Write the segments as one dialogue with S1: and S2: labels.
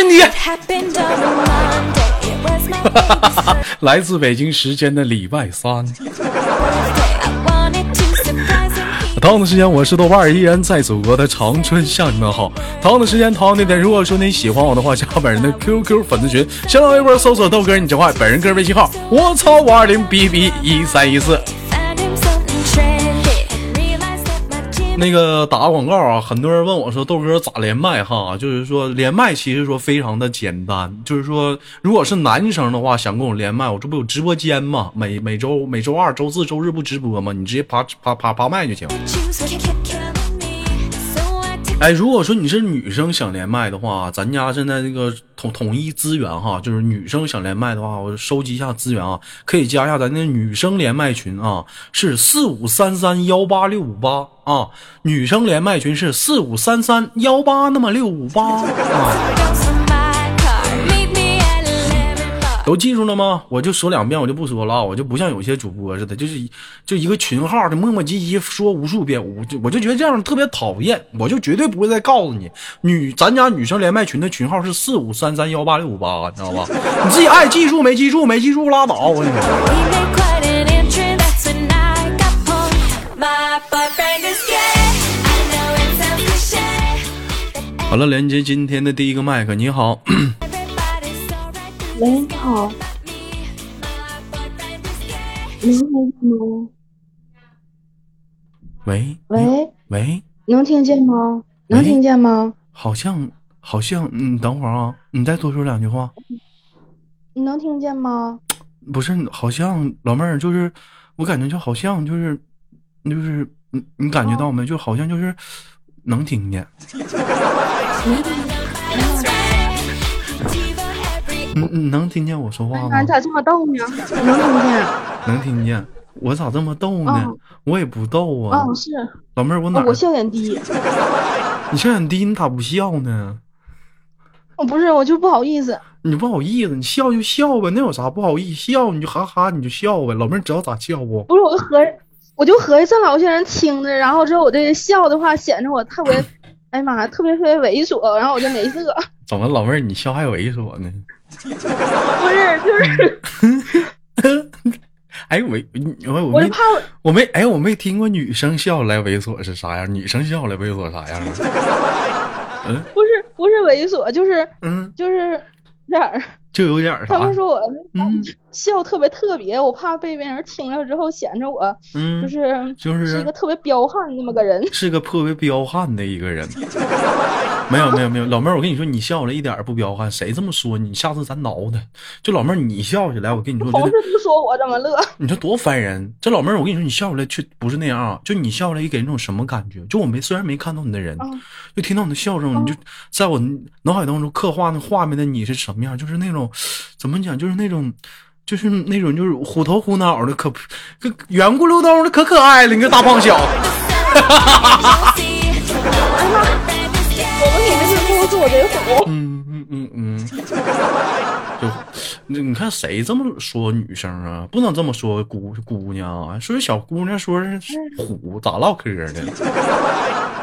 S1: 音乐。
S2: happened on a Monday. It was my baby's birthday.
S1: 来自北京时间的礼拜三，
S2: I wanted to surprise him. He
S1: 同样的时间，我是豆瓣儿，依然在祖国的长春向你们好。同样的时间，同样的地点，如果说你喜欢我的话，加本人的 QQ 粉丝群，新浪微博搜索豆哥 你这话，本人个人微信号我操五二零 B B 一三一四。
S2: found himself in trendy and realized that my gym
S1: 那个打个广告啊，很多人问我说豆哥咋连麦哈？就是说连麦其实说非常的简单，就是说如果是男生的话，想跟我连麦，我这不有直播间吗？每每周每周二、周四、周日不直播吗？你直接爬爬爬爬麦就行。
S2: juice was kept killing me. So I took
S1: 哎，如果说你是女生想连麦的话，咱家现在这个统统一资源哈，就是女生想连麦的话，我收集一下资源啊，可以加一下咱的女生连麦群啊，是四五三三幺八六五八啊，女生连麦群是四五三三幺八那么六五八啊，
S2: girls from my car. Meet me at 11 bar.
S1: 都记住了吗？我就说两遍，我就不说了啊，我就不像有些主播似的，就是一就一个群号的磨磨唧唧说无数遍，我就我就觉得这样特别讨厌，我就绝对不会再告诉你，女咱家女生连麦群的群号是四五三三幺八六五八，你知道吧？你自己爱记住没记住，没记住拉倒，啊我跟你说。
S2: We made quite an entrance. That's when I got home. My boyfriend is gay. I know it sounds cliche.
S1: 好了，连接今天的第一个麦克，你好，
S2: Everybody's alright.
S3: 喂，你好，
S2: But me, my boyfriend is gay.
S3: 能听见吗？
S1: 喂
S3: 喂，
S1: 喂，
S3: 能听见吗？能听见吗？
S1: 好像好像，嗯，等会儿啊，你再多说两句话。
S3: 你能听见吗？
S1: 不是，好像老妹儿就是，我感觉就好像就是，就是你你感觉
S3: 哦
S1: 到没？就好像就是能听见，
S2: That's right. Diva every
S1: 你你嗯能听见我说话
S3: 那
S1: 吗
S3: 你？哎咋这么逗呢？能听见？
S1: 能听见，我咋这么逗呢
S3: 哦？
S1: 我也不逗啊，
S3: 哦，是，
S1: 老妹儿，我哪
S3: 哦
S1: 儿
S3: 我？笑点低。
S1: 你笑点低，你咋不笑呢？
S3: 我哦不是，我就不好意思。
S1: 你不好意思，你笑就笑呗，那有啥不好意思？笑你就哈哈，你就笑呗，老妹儿知道咋笑不？
S3: 不是，我就合，我就合计这老些人听着，然后之后我这笑的话显得我特 别，哎呀妈呀，特别特别猥琐，然后我就没乐。
S1: 怎么老妹儿你笑还猥琐呢？
S3: 不是，就是
S1: 哎，我你我
S3: 我
S1: 我
S3: 就
S1: 没
S3: 怕我，
S1: 我没哎我没听过女生笑来猥琐是啥样，女生笑来猥琐啥样啊？
S3: 不是不是猥琐，就是
S1: 嗯，
S3: 就是这样儿。
S1: 就有点儿
S3: 他
S1: 啥
S3: 们，说我哦
S1: 嗯
S3: 笑特别特别，我怕被别人听着之后显着我
S1: 嗯，
S3: 就是、
S1: 就是
S3: 一个特别彪悍那么个人。
S1: 是个颇为彪悍的一个人。 没有没有没有，老妹儿，我跟你说，你笑了一点儿不彪悍，谁这么说你？下次咱挠他。就老妹儿，你笑起来，我跟你 说，
S3: 同
S1: 真
S3: 事
S1: 的，
S3: 都说我怎么乐，
S1: 你说多烦人。这老妹儿，我跟你说，你笑起来却不是那样啊，就你笑起来，给人一种什么感觉？就我没虽然没看到你的人，
S3: 嗯
S1: 就听到你的笑声，你就在我脑海当中刻画那画面的你是什么样？就是那种怎么讲？就是那种。就是那种就是虎头虎脑的，可可圆咕溜咚的，可可爱了，你个大胖小。
S3: 我们肯定是公司我贼虎。
S1: 嗯嗯嗯嗯， 就你你看谁这么说女生啊？不能这么说姑姑娘啊，说小姑娘说是虎，咋唠嗑呢？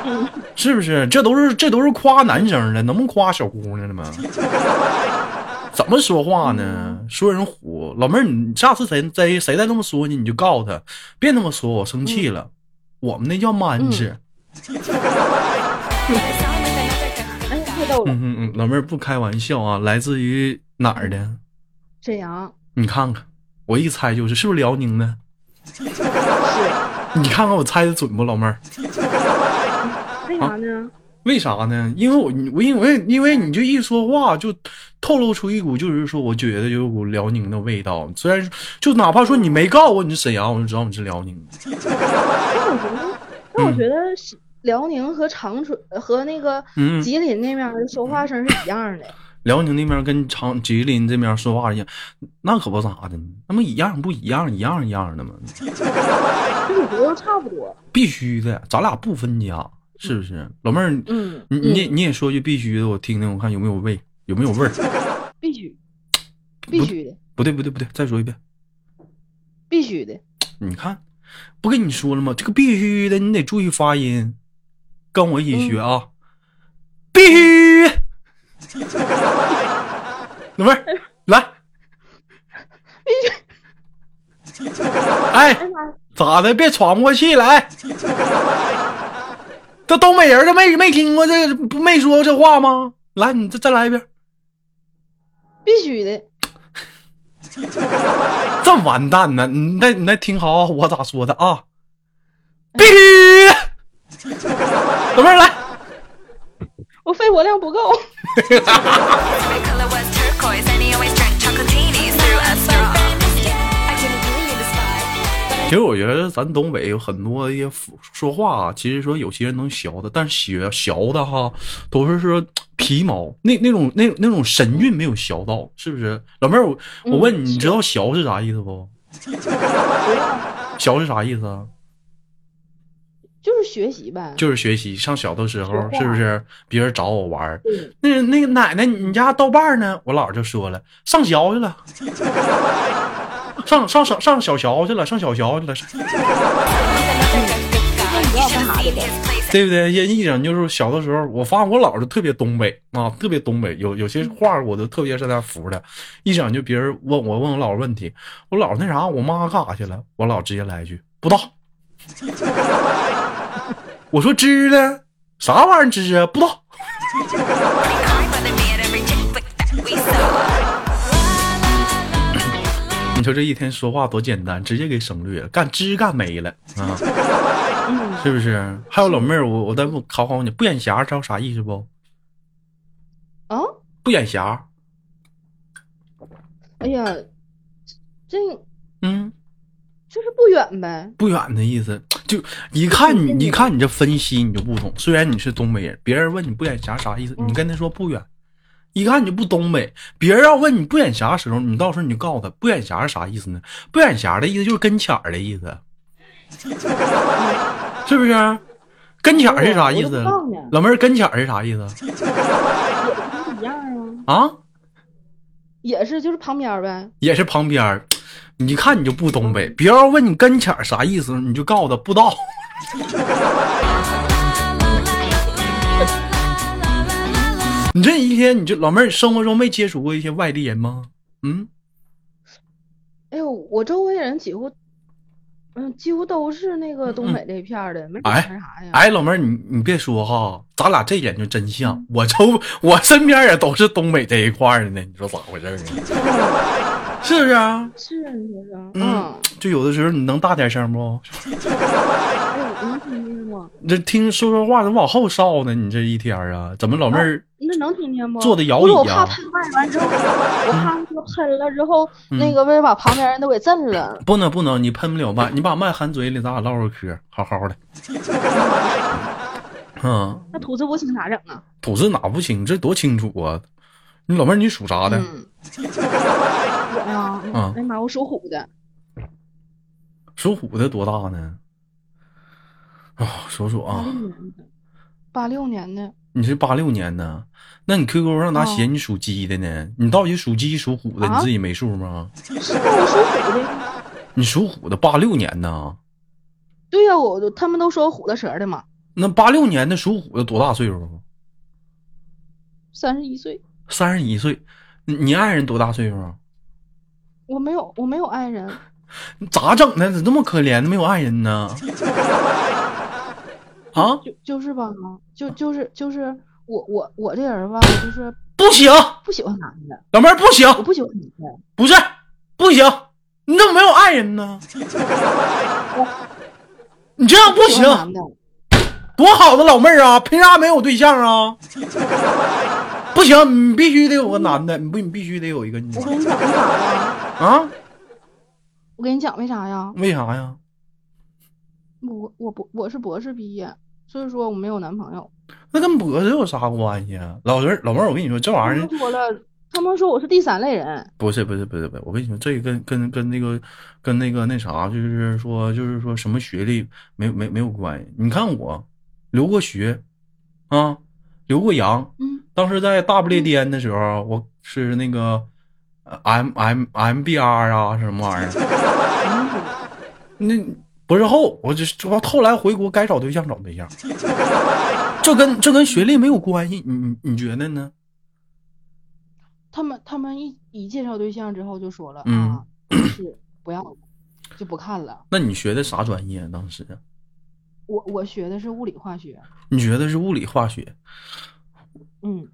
S1: 是不是？这都是这都是夸男生的，能不夸小姑娘的吗？ 怎么说话呢？说人虎，老妹儿，你下次谁再谁再这么说你，你就告诉他，别那么说，我生气了。我们那叫蛮子。
S3: 哎呀，太逗了！
S1: 嗯嗯嗯，老妹儿不开玩笑啊，来自于哪儿的？
S3: 沈阳
S1: 你看看，我一猜就是，是不是辽宁的？
S3: 嗯
S1: 你看看我猜的准不，老妹儿？
S3: 为啥呢？
S1: 为啥呢？因为我你我因为因为你就一说话就透露出一股就是说，我觉得有股辽宁的味道。虽然就哪怕说你没告诉我你是沈阳，我就知道你是辽宁的。
S3: 哎但我觉得，但我觉得是辽宁和长春和那个
S1: 嗯
S3: 吉林那边的说话声是一样的。
S1: 辽宁那边跟长吉林这边说话一样，那可不咋的，那么一样不一样，一样一样的嘛，
S3: 就我觉得差不多。
S1: 必须的，咱俩不分家，是不是？老妹儿，你
S3: 嗯，
S1: 你也你也说句必须的，我听听，我看有没有味，有没有味儿。
S3: 必须，必须的，
S1: 不对不对不对，再说一遍。
S3: 必须的。
S1: 你看，不跟你说了吗？这个必须的，你得注意发音。跟我一起学啊！必须，老妹儿，来，哎，咋的？别喘不过气来。这东北人，这没没听过这不没说过这话吗？来，你再再来一遍，
S4: 必须的。
S1: 这完蛋呢！你再你再听好啊我咋说的啊？ 必须的。老妹儿来，
S4: 我肺活量不够，
S2: favorite color was turquoise, and he always drank chocolatinis through a straw. I didn't really need a
S1: 其
S2: spy, but I
S1: 实我觉得咱东北有很多一些说话啊，其实说有些人能学的，但是学学的哈，都是说皮毛，那那种那那种神韵没有学到，是不是？老妹儿，我我问你，你知道学是啥意思 不？学是啥意思啊？
S4: 就是学习呗。
S1: 就是学习。上小的时候
S4: 学话
S1: 是不是别人找我玩儿
S4: 对？
S1: 那那个奶奶，你家豆瓣儿呢？我姥儿就说了，上学去了，上上上上小学去了，上小学去了。上对不对？人一整就是小的时候，我发现我姥儿就特别东北啊，特别东北，有有些话我都特别是在服的。一整就别人问我问我姥儿问题，我姥儿那啥，我妈干啥去了？我姥儿直接来一句不知道。 我说知呢，啥玩意儿知啊？不知道。
S2: cried when I met every chick flick that we saw.
S1: 你说这一天说话多简单，直接给省略了，干知干没了啊，
S3: 嗯
S1: 是不是？还有老妹儿，我我再问考考你，不眼瞎知道啥意思不？
S4: 啊，
S1: 不眼瞎，
S4: 哎呀，这
S1: 嗯，
S4: 就是不远呗。
S1: 不远的意思，
S4: 嗯
S1: 就一看你，一看你这分析你就不懂。虽然你是东北人，别人问你不眼瞎啥意思，
S4: 嗯
S1: 你跟他说不远，一看你就不东北。别人要问你不眼瞎的时候，你到时候你就告诉他不眼瞎是啥意思呢？不眼瞎的意思就是跟前儿的意思，是不是？跟前儿是啥意
S4: 我都
S1: 思
S4: 不知道呢？
S1: 老妹儿，跟前儿是啥意思
S4: 一样啊，
S1: 啊？
S4: 也是就是旁边儿呗。
S1: 也是旁边儿，你一看你就不东北。别人要问你跟前儿啥意思，你就告诉他不知道。你这一天，你这老妹儿生活中没接触过一些外地人吗？嗯，
S4: 哎呦，我周围人几乎，嗯，几乎都是那个东北这片儿的，没
S1: 哎
S4: 啥啥呀。
S1: 哎，老妹儿，你你别说哈，咱俩这眼就真像。我周我身边也都是东北这一块儿的呢，你说咋回事儿呢？ 是不是啊？
S4: 是啊，你说说，
S1: 嗯，就有的时候你能大点声不？
S4: 哎呦，能听见吗？
S1: 你这听说说话怎么往后稍呢？你这一天儿啊，怎么老妹儿？
S4: 那能听见吗？
S1: 坐的摇
S4: 不是
S1: 椅
S4: 我
S1: 啊
S4: 怕喷麦完之后，我怕那个喷了之后，
S1: 嗯
S4: 那个为把旁边人都给震了。
S1: 不能不能，你喷不了麦，你把麦含嘴里，咱俩唠会儿嗑，好好的。 嗯，
S4: 那吐字不清咋整啊？
S1: 吐字哪不清？这多清楚啊！你老妹儿，你属啥的？
S4: 嗯，我呀，
S1: 啊
S4: 哎呀妈，我属虎的，
S1: 属虎的多大呢？啊、数数啊，
S4: 八六年的，
S1: 你是八六年的，那你 QQ 上咋写你属鸡的呢？你到底属鸡属虎的，你
S4: 啊
S1: 自己没数吗？
S4: 是吗？我属虎的。
S1: 你属虎的，八六年呢？
S4: 对呀、我他们都说我虎的蛇的嘛，
S1: 那八六年的属虎的多大岁数？啊
S4: 三十一岁，
S1: 三十一岁。你你爱人多大岁数啊？
S4: 我没有，我没有爱人，
S1: 你咋整的？咋这么可怜呢？没有爱人呢？ 啊，
S4: 就就是吧，就就是就是我我我这人吧，我就是
S1: 不行，
S4: 不喜欢男的，
S1: 老妹儿不行，
S4: 我不喜欢男的，
S1: 不是，不行，你怎么没有爱人呢？你这样不
S4: 不喜
S1: 行，
S4: 欢男的，
S1: 多好的老妹儿啊，凭啥没有对象啊？不行，你必须得有个男的，你不，你必须得有一个女
S4: 我
S1: 的
S4: 跟你讲为啥呀？
S1: 啊？
S4: 我跟你讲为啥呀？
S1: 为啥呀？
S4: 我我博我是博士毕业，所以说我没有男朋友。
S1: 那跟脖子有啥关系啊？老人，老妹儿，我跟你说，这玩意
S4: 他
S1: 儿
S4: 们说了，他们说我是第三类人，
S1: 不是不是不是不是，我跟你说，这个跟跟跟那个跟那个那啥，就是说就是说什么学历没没没有关系。你看我留过学啊，留过洋。
S4: 嗯，
S1: 当时在大不列颠的时候，我是那个呃 M M M B R 啊，是什么玩意儿？
S4: 嗯
S1: 那博士后，我就是我后来回国该找对象找对象，这跟这跟学历没有关系，你你你觉得呢？
S4: 他们他们一一介绍对象之后就说了、
S1: 嗯
S4: 啊，就是不要了，就不看了。
S1: 那你学的啥专业？啊当时
S4: 我我学的是物理化学，
S1: 你学的是物理化学？
S4: 嗯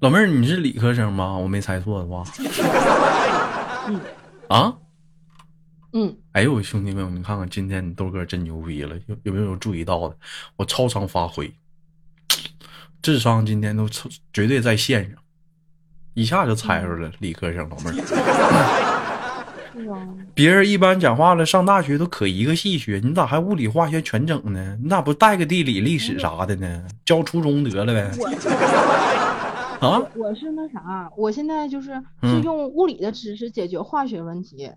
S1: 老妹儿，你是理科生吧？我没猜错的吧？
S4: 嗯
S1: 啊？
S4: 嗯，
S1: 哎呦，兄弟们，你看看今天豆哥真牛逼了，有有没有注意到的？我超常发挥，智商今天都超绝对在线上，一下就猜出来了，理科生老妹儿。
S4: 是啊，
S1: 别人一般讲话了，上大学都可一个系学，你咋还物理化学全整呢？你咋不带个地理、历史啥的呢？教初中得了呗？啊，
S4: 我是那啥，我现在就是
S1: 嗯
S4: 是用物理的知识解决化学问题。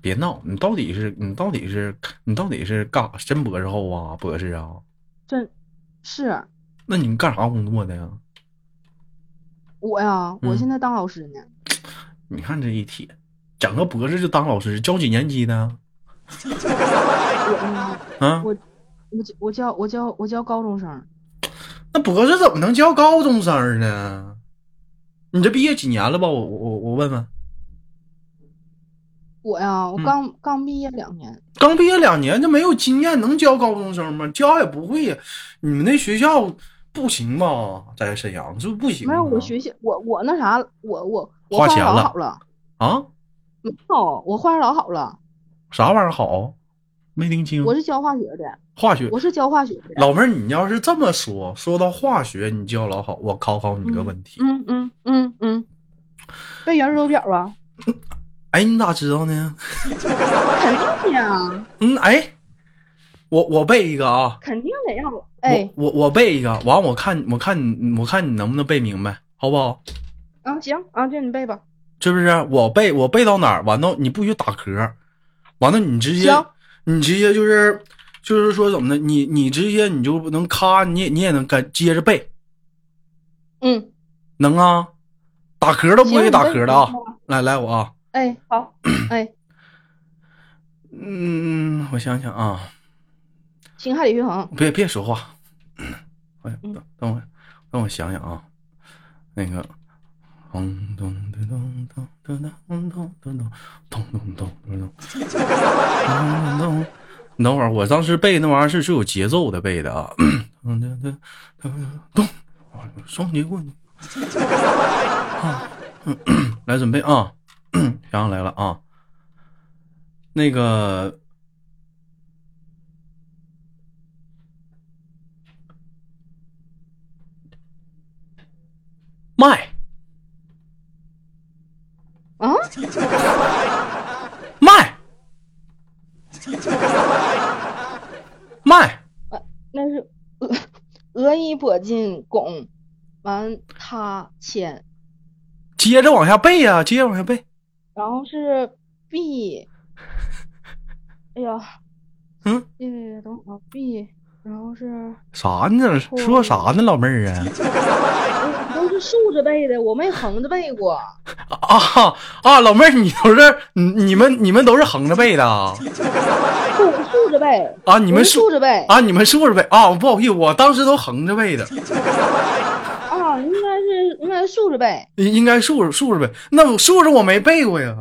S1: 别闹！你到底是你到底是你到底是干啥？真博士后啊，博士啊？
S4: 真是
S1: 那你干啥工作的呀？
S4: 我呀，我
S1: 嗯
S4: 现在当老师呢。
S1: 你看这一天，整个博士就当老师，教几年级的啊？啊，
S4: 我我教我教我教我教高中生儿，
S1: 那博士怎么能教高中生呢？你这毕业几年了吧？我我我我问问，
S4: 我呀，我
S1: 嗯
S4: 刚、刚毕业两年，
S1: 刚毕业两年就没有经验，能教高中生吗？教也不会呀。你们那学校不行吧？在沈阳是不是不行
S4: 没
S1: 啊？
S4: 有我学习我我那啥，我我我
S1: 花
S4: 画
S1: 钱
S4: 老
S1: 了
S4: 好了，
S1: 啊？
S4: 没有，我画老好了，
S1: 啥玩意儿好？没听清
S4: 我。是教化学的，
S1: 化学，
S4: 我是教化学的。
S1: 嗯老妹儿，你要是这么说，说到化学，你教老好，我考考你个问题。
S4: 嗯嗯嗯嗯，背圆周表啊，
S1: 哎，你咋知道呢？
S4: 肯定的呀，
S1: 嗯，哎，我我背一个啊，
S4: 肯定得让我哎，
S1: 我我我背一个，完我看我看你我看你能不能背明白，好不好？
S4: 啊行啊，这你背吧，
S1: 是不是？我背我背到哪儿，完了你不许打嗝，完了你直接
S4: 行
S1: 你直接就是就是说怎么的，你你直接你就能咔，你也你也能干接着背，
S4: 嗯，
S1: 能啊？打嗝都不
S4: 行
S1: 许
S4: 你
S1: 打
S4: 背
S1: 嗝
S4: 你
S1: 的啊
S4: 背！
S1: 来来我啊，
S4: 哎 好，哎，
S1: 嗯，我想想啊。
S4: 辛亥李玉恒，
S1: 别别说话，我等
S4: 嗯
S1: 等我等我想想啊，那个，咚咚咚咚咚咚咚咚咚咚咚咚咚咚咚咚咚。你等会儿，我当时背那玩意儿是是有节奏的背的啊， 咚咚咚咚咚，双节棍，啊，来准备啊， 想想来了啊，那个麦
S4: 啊，
S1: 卖卖
S4: 那是俄俄伊铂金汞，完他铅，
S1: 接着往下背呀、接着往下背。
S4: 然后是 B，哎呀，
S1: 嗯，
S4: 这个等会儿啊 B，然后是
S1: 啥呢？说啥呢，老妹儿啊？
S4: 我都是竖着背的，我没横着背过。
S1: 啊啊，老妹儿，你都是你你们你们都是横着背的啊？
S4: 竖竖着背，
S1: 啊你们
S4: 我是
S1: 竖
S4: 竖着背
S1: 啊，你们竖着背啊？不好意思，我当时都横着背的，
S4: 啊，应该是应该是竖着背。
S1: 应应该竖着竖着背。那我竖着我没背过呀。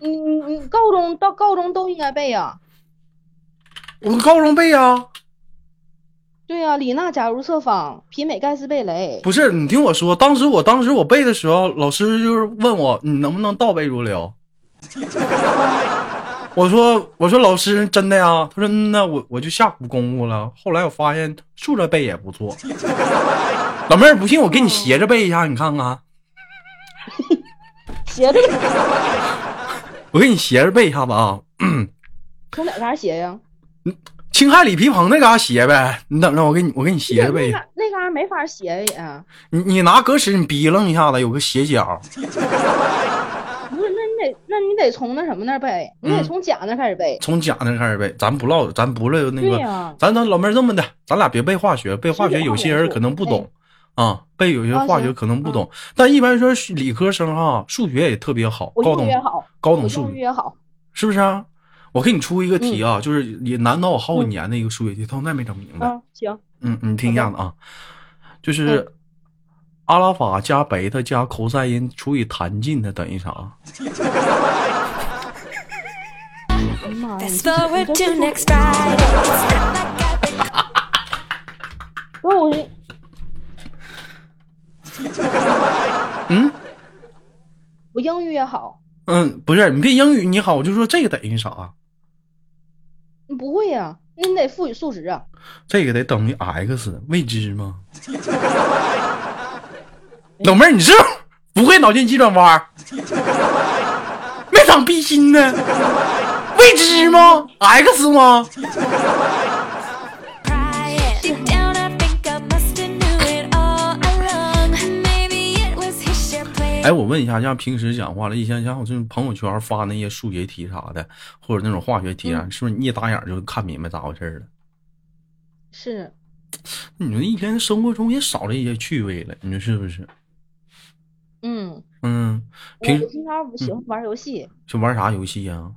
S4: 你你你高中到高中都应该背啊呀、
S1: 我高中背啊呀、
S4: 对呀、李娜假如侧方，皮美盖斯贝雷。
S1: 不是你听我说，当时我当时我背的时候，老师就是问我你能不能倒背如流，我说我说老师真的呀，他说嗯呐，我我就下苦功夫了。后来我发现竖着背也不错，老妹儿不信我给你斜着背一下，你看看，
S4: 斜着背，
S1: 我给你斜着背一下子啊，
S4: 从哪嘎斜呀、
S1: 青海里皮蓬那嘎斜呗，你等着我给你我给你斜着 背一
S4: 那
S1: 下，
S4: 嘎那嘎没法斜呀、
S1: 你你拿格尺你逼楞一下子有个斜角，
S4: 不是，那你得那你得从那什么那儿背，你得
S1: 嗯
S4: 从甲那开始背。
S1: 从甲那开始背，咱不唠，咱不唠那个，
S4: 对呀
S1: 咱咱老妹儿这么的，咱俩别背化学，背化学有些人可能不懂啊，背有些
S4: 啊
S1: 化学
S4: 行
S1: 可能不懂，但一般说是理科生哈、数学也特别好，
S4: 我
S1: 高
S4: 用
S1: 等
S4: 语也好，
S1: 高
S4: 我
S1: 等数
S4: 用语
S1: 学
S4: 也好，
S1: 是不是啊？我给你出一个题
S4: 嗯
S1: 啊，就是也难倒我好几年的一
S4: 啊
S1: 个数学题，到现在没整明白。
S4: 嗯，行，
S1: 嗯，你听一下子啊，就是阿拉法加贝塔加 cos 因除以弹进，它等于啥？
S4: 妈哎呀！
S2: Fast forward to next Friday.
S4: 不是我是
S1: 嗯
S4: 我英语也好，
S1: 嗯，不是，你别英语你好，我就说这个等于啥？啊
S4: 你不会呀、那你得赋予数值啊。
S1: 这个得等于 x 未知吗？老妹儿，你是不是不会脑筋急转弯儿？没长逼心呢？未知吗？x 吗？
S2: Crying. Deep down, I think I must have knew it all along. Maybe it was his share play.
S1: 哎，我问一下，像平时讲话了，一些像我这种朋友圈发那些数学题啥的，或者那种化学题啊，是不是你一打眼儿就看明白咋回事儿了？
S4: 是，
S1: 你说一天生活中也少了一些趣味了，你说是不是？
S4: 嗯，
S1: 嗯，
S4: 我
S1: 平
S4: 我平常喜欢玩游戏，
S1: 就玩啥游戏啊呀、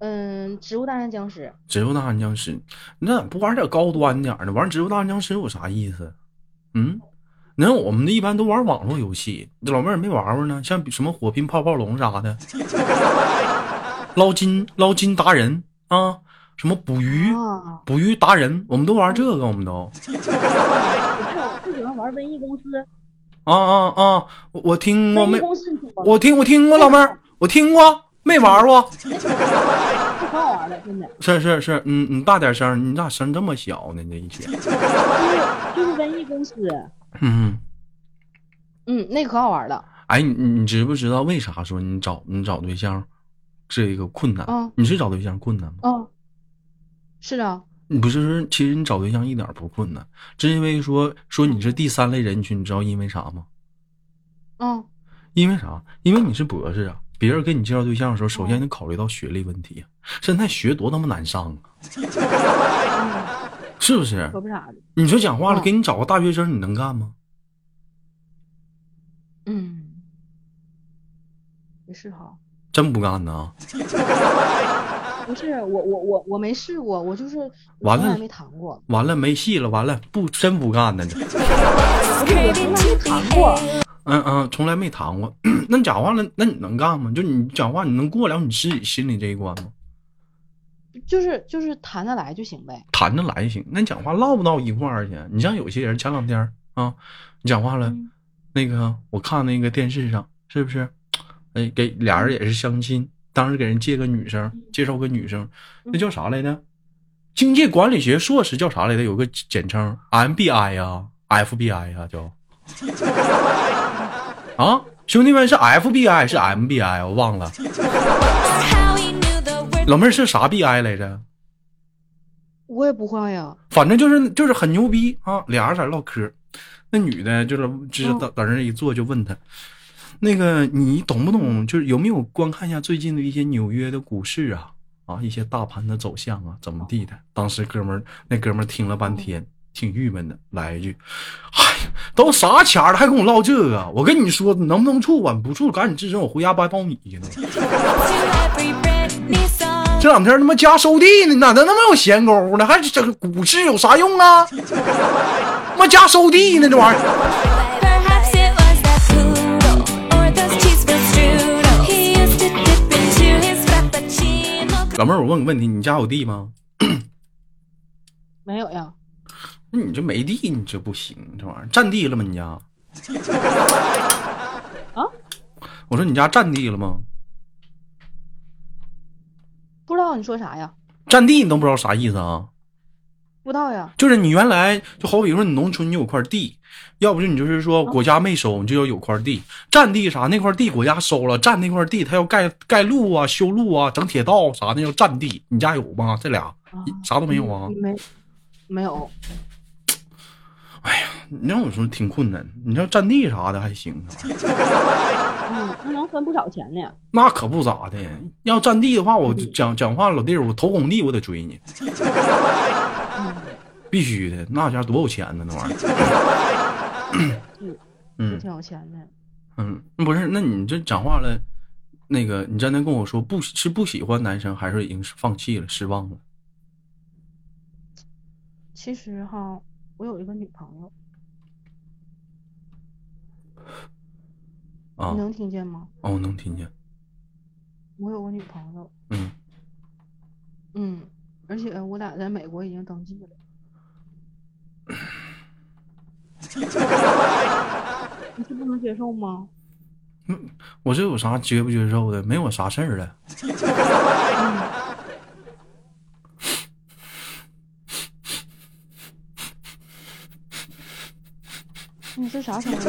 S4: 嗯，植物大战僵尸，
S1: 植物大战僵尸，你咋不玩点高端点儿的？玩植物大战僵尸有啥意思？嗯，你看我们一般都玩网络游戏，这老妹儿没玩过呢，像比什么火拼泡泡龙啥的， 捞金捞金达人啊，什么捕鱼、
S4: 啊
S1: 捕鱼达人，我们都玩这个，我们都
S4: 我看我最喜欢玩文艺公司，
S1: 啊啊啊！我我听过
S4: 文
S1: 没
S4: 艺？公司你听过吗？
S1: 我听我听过老妹儿，我听过没玩过？
S4: 这可好玩了，真的，
S1: 是是是，嗯，你大点声儿，你咋声这么小呢？这一天，
S4: 就是文艺公司，
S1: 嗯。
S4: 嗯，那可好玩了。
S1: 哎，你你你知不知道为啥说你找你找对象这个困难？
S4: 嗯
S1: 你是找对象困难吗？
S4: 哦，是啊，
S1: 你不是说，其实你找对象一点不困难，是因为说说你是第三类人群，你知道因为啥吗？
S4: 嗯，
S1: 因为啥？因为你是博士啊，别人跟你介绍对象的时候，首
S4: 嗯
S1: 先得考虑到学历问题啊。现在学多他妈难上啊，是不是
S4: 可？不咋的，
S1: 你说讲话了，
S4: 嗯
S1: 给你找个大学生，你能干吗？
S4: 嗯，也是哈。
S1: 真不干呐！
S4: 不是我我我我没试过，我就是
S1: 完了
S4: 从来没谈过，
S1: 完了，没戏了，完了，不真不干呢。这
S4: 我从来没谈过。
S1: 嗯嗯，从来没谈过。 那你讲话了，那你能干吗？就你讲话，你能过了你自己心里这一关吗？
S4: 就是就是谈得来就行呗。
S1: 谈得来行，那你讲话唠不到一块儿去。你像有些人前两天儿啊，你讲话了，
S4: 嗯
S1: 那个我看那个电视上是不是？哎，给俩人也是相亲，当时给人介个女生，介绍个女生，那叫啥来着？经济管理学硕士叫啥来着？有个简称 MBI 呀、FBI 呀、叫。啊，兄弟们是 FBI 是 MBI 我忘了，
S2: How he knew the word
S1: 老妹儿是啥 BI 来着？
S4: 我也不会呀，
S1: 反正就是就是很牛逼啊！俩人在唠嗑，那女的就是就是在在那一坐就问他，那个你懂不懂？就是有没有观看一下最近的一些纽约的股市啊啊一些大盘的走向啊怎么地的？当时哥们儿那哥们儿听了半天，挺郁闷的，来一句：“哎呀，都啥钱儿了，还跟我唠这个？啊我跟你说，能不能处啊？你不处，赶紧自身我回家掰苞米去呢。”
S2: to every Britney song.
S1: 这两天他妈家收地呢，哪能那么有闲工夫呢？还这个股市有啥用啊？妈家收地呢，这玩意儿
S2: Perhaps it was that poodle or those cheese strudel. He used to dip into his frappuccino.
S1: 老妹儿，我问个问题，你家有地吗？
S4: 没有呀，
S1: 那你这没地，你这不行，这玩意儿占地了吗？你家？啊？我说你家占地了吗？
S4: 不知道你说啥呀，
S1: 占地你都不知道啥意思啊？
S4: 不知道呀。
S1: 就是你原来就好比说你农村你有块地，要不就你就是说国家没收，你就要有块地占地啥那块地国家收了，占那块地他要盖盖路啊、修路啊、整铁道啥的要占地，你家有吗？这俩一啥都没有啊？
S4: 没，没有，
S1: 你让我说挺困难，你要占地啥的还行，
S4: 嗯，那能分不少钱呢。
S1: 那可不咋的。要占地的话，我讲讲话老弟儿，我头拱地我得追你， 必须的，那家多有钱呢那玩意儿。
S4: 嗯，
S1: 嗯，
S4: 挺有钱的。
S1: 嗯，不是，那你这讲话了，那个你刚才跟我说不喜是不喜欢男生，还是已经是放弃了、失望了？
S4: 其实哈，我有一个女朋友，
S1: 啊
S4: 你，能听见吗？
S1: 哦，我能听见，
S4: 我有个女朋友，
S1: 嗯，
S4: 嗯，而且我俩在美国已经登记了。 你是不能接受吗？
S1: 我这有啥接不接受的？没我啥事儿了。
S4: 你是啥声音？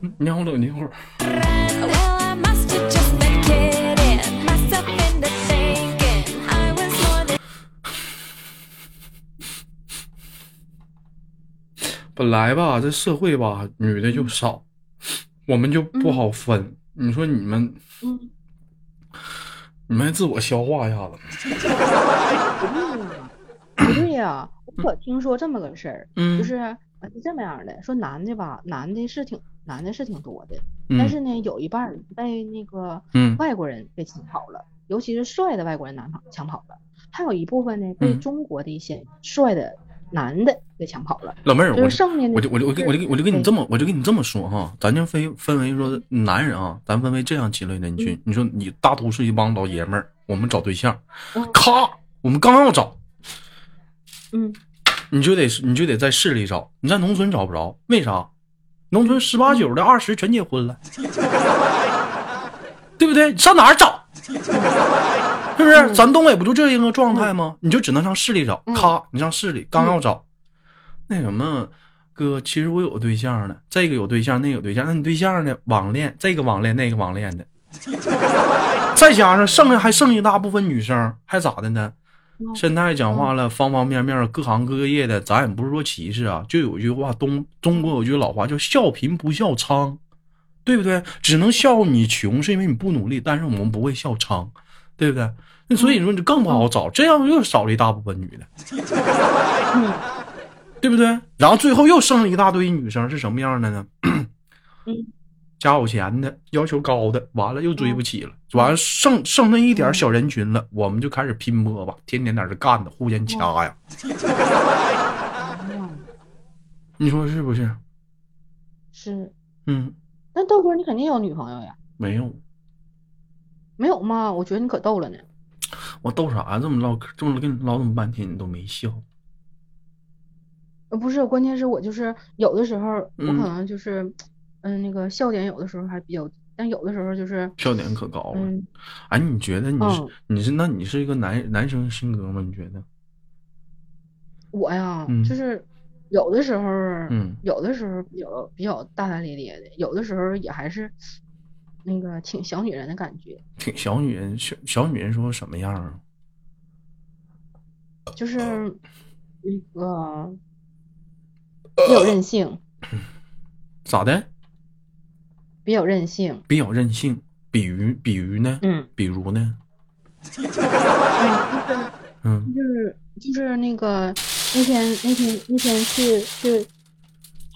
S1: 嗯你让我冷静会儿。
S2: Well, I must have just been kidding myself into thinking I was more than
S1: 本来吧，这社会吧，女的就
S4: 嗯
S1: 少，我们就不好分。你说你们，
S4: 嗯
S1: 你们自我消化一下子。
S4: 不对呀、我可听说这么个事儿，
S1: 嗯
S4: 就是呃是这么样的，说男的吧，男的是挺男的是挺多的，
S1: 嗯
S4: 但是呢，有一半儿被那个
S1: 嗯
S4: 外国人给抢跑了，尤其是帅的外国人拿跑抢跑了，还有一部分呢被
S1: 嗯
S4: 中国的一些帅的男的给抢跑了，
S1: 老妹儿，
S4: 就
S1: 我
S4: 是
S1: 就
S4: 剩下的
S1: 我就我就我就我就我就跟你
S4: 对
S1: 这么我就跟你这么说哈，咱就分分为说男人啊，咱分为这样几类人群。你说你大都市一帮老爷们儿，我们找对象，
S4: 嗯
S1: 咔，我们刚要找，
S4: 嗯
S1: 你就得你就得在市里找，你在农村找不着，为啥？农村十八九的二十全结婚 了，对不对？你上哪儿 找？是不
S4: 嗯
S1: 是？咱东北不就这一个状态吗？你就只能上市里找，咔，你上市里刚
S4: 嗯
S1: 要找，那什么。哥，其实我有对象了，这个有对象，那个有对象，那你对象呢？网恋，这个网恋，那个网恋的， 再加上剩下还剩一大部分女生，还咋的呢？现在讲话了，方方面面，各行各业的，咱也不是说歧视啊，就有一句话，东中国有句老话叫“笑贫不笑娼”，对不对？只能笑你穷，是因为你不努力，但是我们不会笑娼，对不对？那所以说你就更不好找，这样又少了一大部分女的， 对不对？然后最后又剩了一大堆女生，是什么样的呢？ 家有钱的，要求高的，完了又追不起了，完了剩剩那一点小人群了，我们就开始拼搏吧，天天在这干的，互相掐呀，
S4: 嗯，
S1: 你说是不是？
S4: 是。
S1: 嗯，
S4: 那豆哥，你肯定有女朋友呀？
S1: 没有，
S4: 没有吗？我觉得你可逗了呢。
S1: 我逗啥呀？这么唠嗑，这么跟你唠这么半天，你都没笑。
S4: 呃，不是，关键是我就是有的时候我可
S1: 嗯
S4: 能就是，嗯、那个笑点有的时候还比较，但有的时候就是，
S1: 笑点可高了，
S4: 嗯，
S1: 哎，你觉得你是、
S4: 嗯
S1: 你是那你是一个男男生性格吗？你觉得？
S4: 我呀，
S1: 嗯
S4: 就是有的时候，
S1: 嗯
S4: 有的时候比较比较大大咧咧的，有的时候也还是那个挺小女人的感觉，
S1: 挺小女人，小小女人说什么样啊？
S4: 就是那个
S1: 呃
S4: 比较任性，
S1: 咋的？
S4: 比较任性，
S1: 比较任性，比如比如呢？
S4: 嗯，
S1: 比如呢？
S4: 嗯
S1: 嗯
S4: 就是就是就是那个那天那天那天去去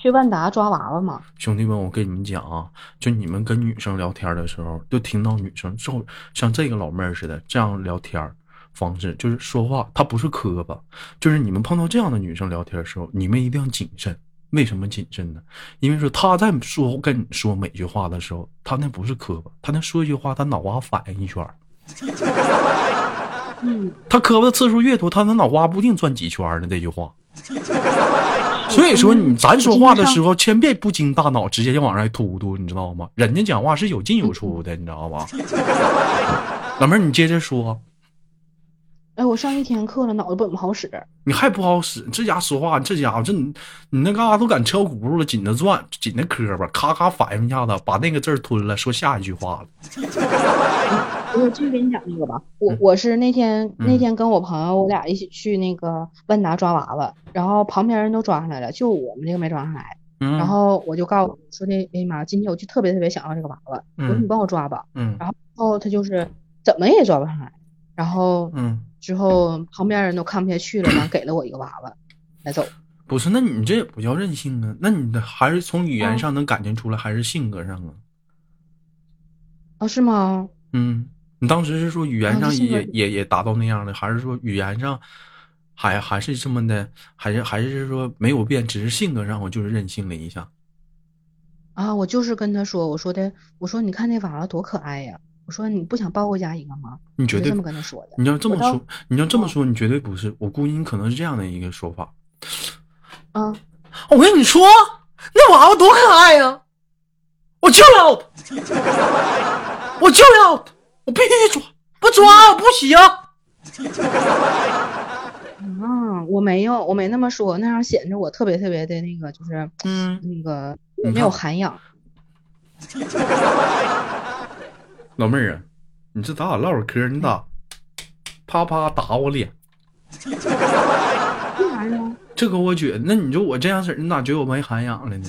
S4: 去万达抓娃娃嘛。
S1: 兄弟们，我跟你们讲啊，就你们跟女生聊天的时候，就听到女生就像这个老妹儿似的这样聊天儿方式，就是说话，她不是磕巴，就是你们碰到这样的女生聊天的时候，你们一定要谨慎。为什么谨慎呢？因为说她在说跟你说每句话的时候，她那不是磕巴，她那说一句话，她脑瓜反应一圈儿。
S4: 嗯，
S1: 她磕巴的次数越多，她那脑瓜不一定转几圈儿呢。这句话， 所以说你咱说话的时候，千别不经大脑，直接就往上一突突，你知道吗？人家讲话是有进有出的，你知道 吧？老妹儿，你接着说，
S4: 哎，我上一天课了，脑子不怎么好使。
S1: 你还不好使，这家说话，这家伙这你你那嘎达都敢敲轱辘了，紧着转，紧着磕巴，咔咔反应一下子，把那个字儿吞了，说下一句话了。
S4: 我继续给你讲这个吧。
S1: 嗯
S4: 我我是那天、那天跟我朋友，我俩一起去那个万达抓娃娃，然后旁边人都抓上来了，就我们这个没抓上来。
S1: 嗯，
S4: 然后我就告诉他说那哎呀妈，今天我就特别特别想要这个娃娃，我说
S1: 嗯
S4: 你帮我抓吧。
S1: 嗯
S4: 然后他就是怎么也抓不上来，然后
S1: 嗯，
S4: 之后旁边人都看不下去了，完给了我一个娃娃，来走。
S1: 不是，那你这也不叫任性啊，那你的还是从语言上能感觉出来，还是性格上啊？
S4: 哦，是吗？
S1: 嗯，你当时是说语言
S4: 啊
S1: 上
S4: 是
S1: 也、
S4: 吧
S1: 也也达到那样的，还是说语言上还还是这么的，还是还是说没有变，只是性格上我就是任性了一下？
S4: 啊，我就是跟他说，我说的，我说你看那娃娃多可爱呀、我说你不想抱回家一个吗？
S1: 你
S4: 我
S1: 绝
S4: 就
S1: 对
S4: 这么跟他说的。
S1: 你要这么
S4: 我当
S1: 说，你要这么说，你绝对不是。我估计你可能是这样的一个说法。嗯
S4: 啊，
S1: 哦我跟你说，那娃娃多可爱呀、我就要， 我就要，我必须抓，不抓我不行。
S4: 啊，我没有，我没那么说，那样显着我特别特别的那个，就是
S1: 嗯，
S4: 那个
S1: 你
S4: 没有
S1: 看
S4: 涵养。
S1: 老妹儿啊，你这咱俩唠会儿嗑，你咋啪啪打我脸？
S4: 为啥呀？
S1: 这个我觉得，那你就我这样式儿，你咋觉得我没涵养了呢？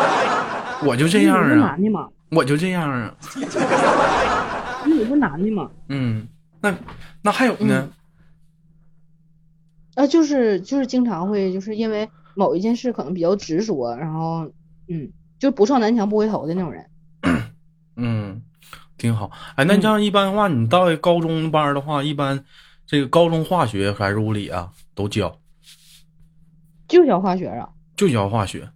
S1: 我就这样
S4: 你不
S1: 啊，
S4: 男的吗？
S1: 我就这样啊。
S4: 那你不男的吗？
S1: 嗯，那那还有呢？
S4: 啊，就是就是经常会就是因为某一件事可能比较执着，然后嗯，就不撞南墙不回头的那种人。
S1: 嗯，挺好。哎，
S4: 嗯
S1: 那这样一般的话，你到高中班的话，一般这个高中化学还是物理啊，都教，
S4: 就教化学啊。
S1: 就教化学。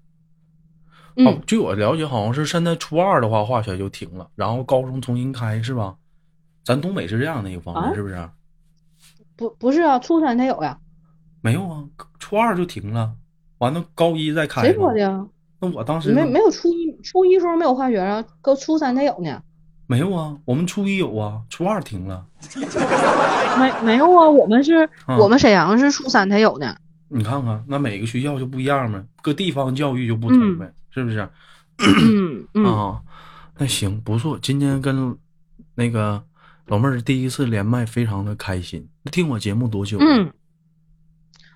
S4: 嗯，
S1: 哦，据我了解，好像是现在初二的话，化学就停了，然后高中重新开，是吧？咱东北是这样的一个方面，
S4: 啊
S1: 是不是？
S4: 不不是啊，初三才有呀、
S1: 没有啊，初二就停了，完了高一再开。
S4: 谁说的？呀？
S1: 那我当时
S4: 没
S1: 怎么
S4: 没有初一初一时候没有化学啊，高初三才有呢。
S1: 没有啊，我们初一有啊，初二停了。
S4: 没没有啊，我们是、
S1: 嗯
S4: 我们沈阳是初三才有呢。
S1: 你看看，那每个学校就不一样呗，各地方教育就不同呗，是不是？
S4: 嗯嗯，
S1: 啊，那行不错，今天跟那个老妹儿第一次连麦，非常的开心。听我节目多久了？
S4: 嗯，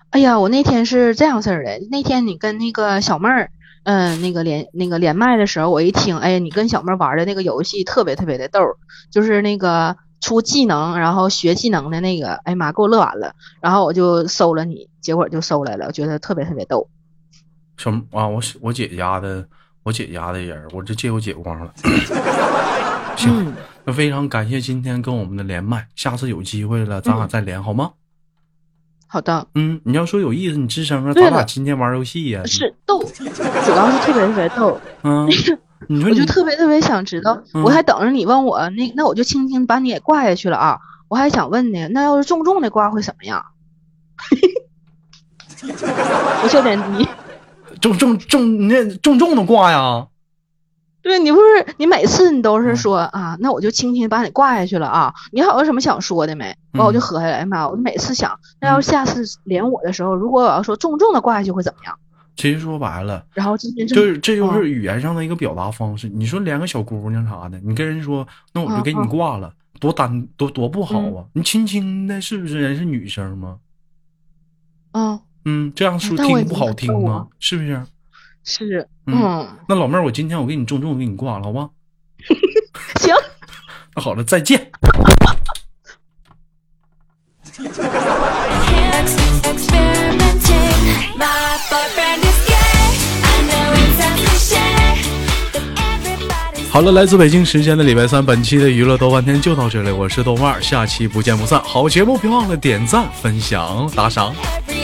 S4: 哎呀，我那天是这样式儿的，那天你跟那个小妹儿，嗯、那个连那个连麦的时候，我一听，哎呀，你跟小妹儿玩的那个游戏特别特别的逗儿，就是那个出技能，然后学技能的那个，哎呀妈，给我乐完了，然后我就搜了你，结果就搜来了，我觉得特别特别逗。
S1: 什么啊？我我姐家的，我姐家的人，我这借我姐光 了。
S4: 嗯，
S1: 那非常感谢今天跟我们的连麦，下次有机会了，咱
S4: 嗯
S1: 俩再连、好吗？
S4: 好的，
S1: 嗯，你要说有意思，你吱声啊，
S4: 对
S1: 咱
S4: 了
S1: 俩今天玩游戏呀、
S4: 是逗，主要是特别特别逗，
S1: 嗯，你说
S4: 我
S1: 你
S4: 就特别特别想知道，
S1: 嗯
S4: 我还等着你问我，那那我就轻轻把你也挂下去了啊，我还想问呢，那要是重重的挂会什么样？ 我笑点低，
S1: 重重重，你那重重的挂呀？
S4: 对你不是你每次你
S1: 嗯
S4: 都是说啊，那我就轻轻把你挂下去了啊，你还有什么想说的没？完我就
S1: 嗯
S4: 合下来，哎呀妈，我每次想，那要是下次连我的时候，如果我要说重重的挂下去会怎么样？
S1: 其实说白了。
S4: 然后今天这么
S1: 这这就
S4: 哦
S1: 是语言上的一个表达方式。你说连个小姑娘啥的，你跟人说那我就
S4: 嗯
S1: 给你
S4: 嗯
S1: 挂了，多单多多不好啊！你轻轻的，是不是人是女生吗？
S4: 啊，
S1: 嗯，这样说
S4: 但我
S1: 听
S4: 也
S1: 不
S4: 觉得
S1: 好听
S4: 逗
S1: 吗
S4: 啊？
S1: 是不是？
S4: 是，
S1: 嗯
S4: 嗯，
S1: 那老妹儿，我今天我给你重重地给你挂了，好吧？
S4: 行。
S1: 那好了，再见。
S2: experimenting. My boyfriend is gay. I know it sounds cliche, but everybody's
S1: 好了，来自北京时间的礼拜三，本期的娱乐豆瓣天就到这里，我是豆瓣儿，下期不见不散。好节目，别忘了点赞、分享、打赏。
S2: every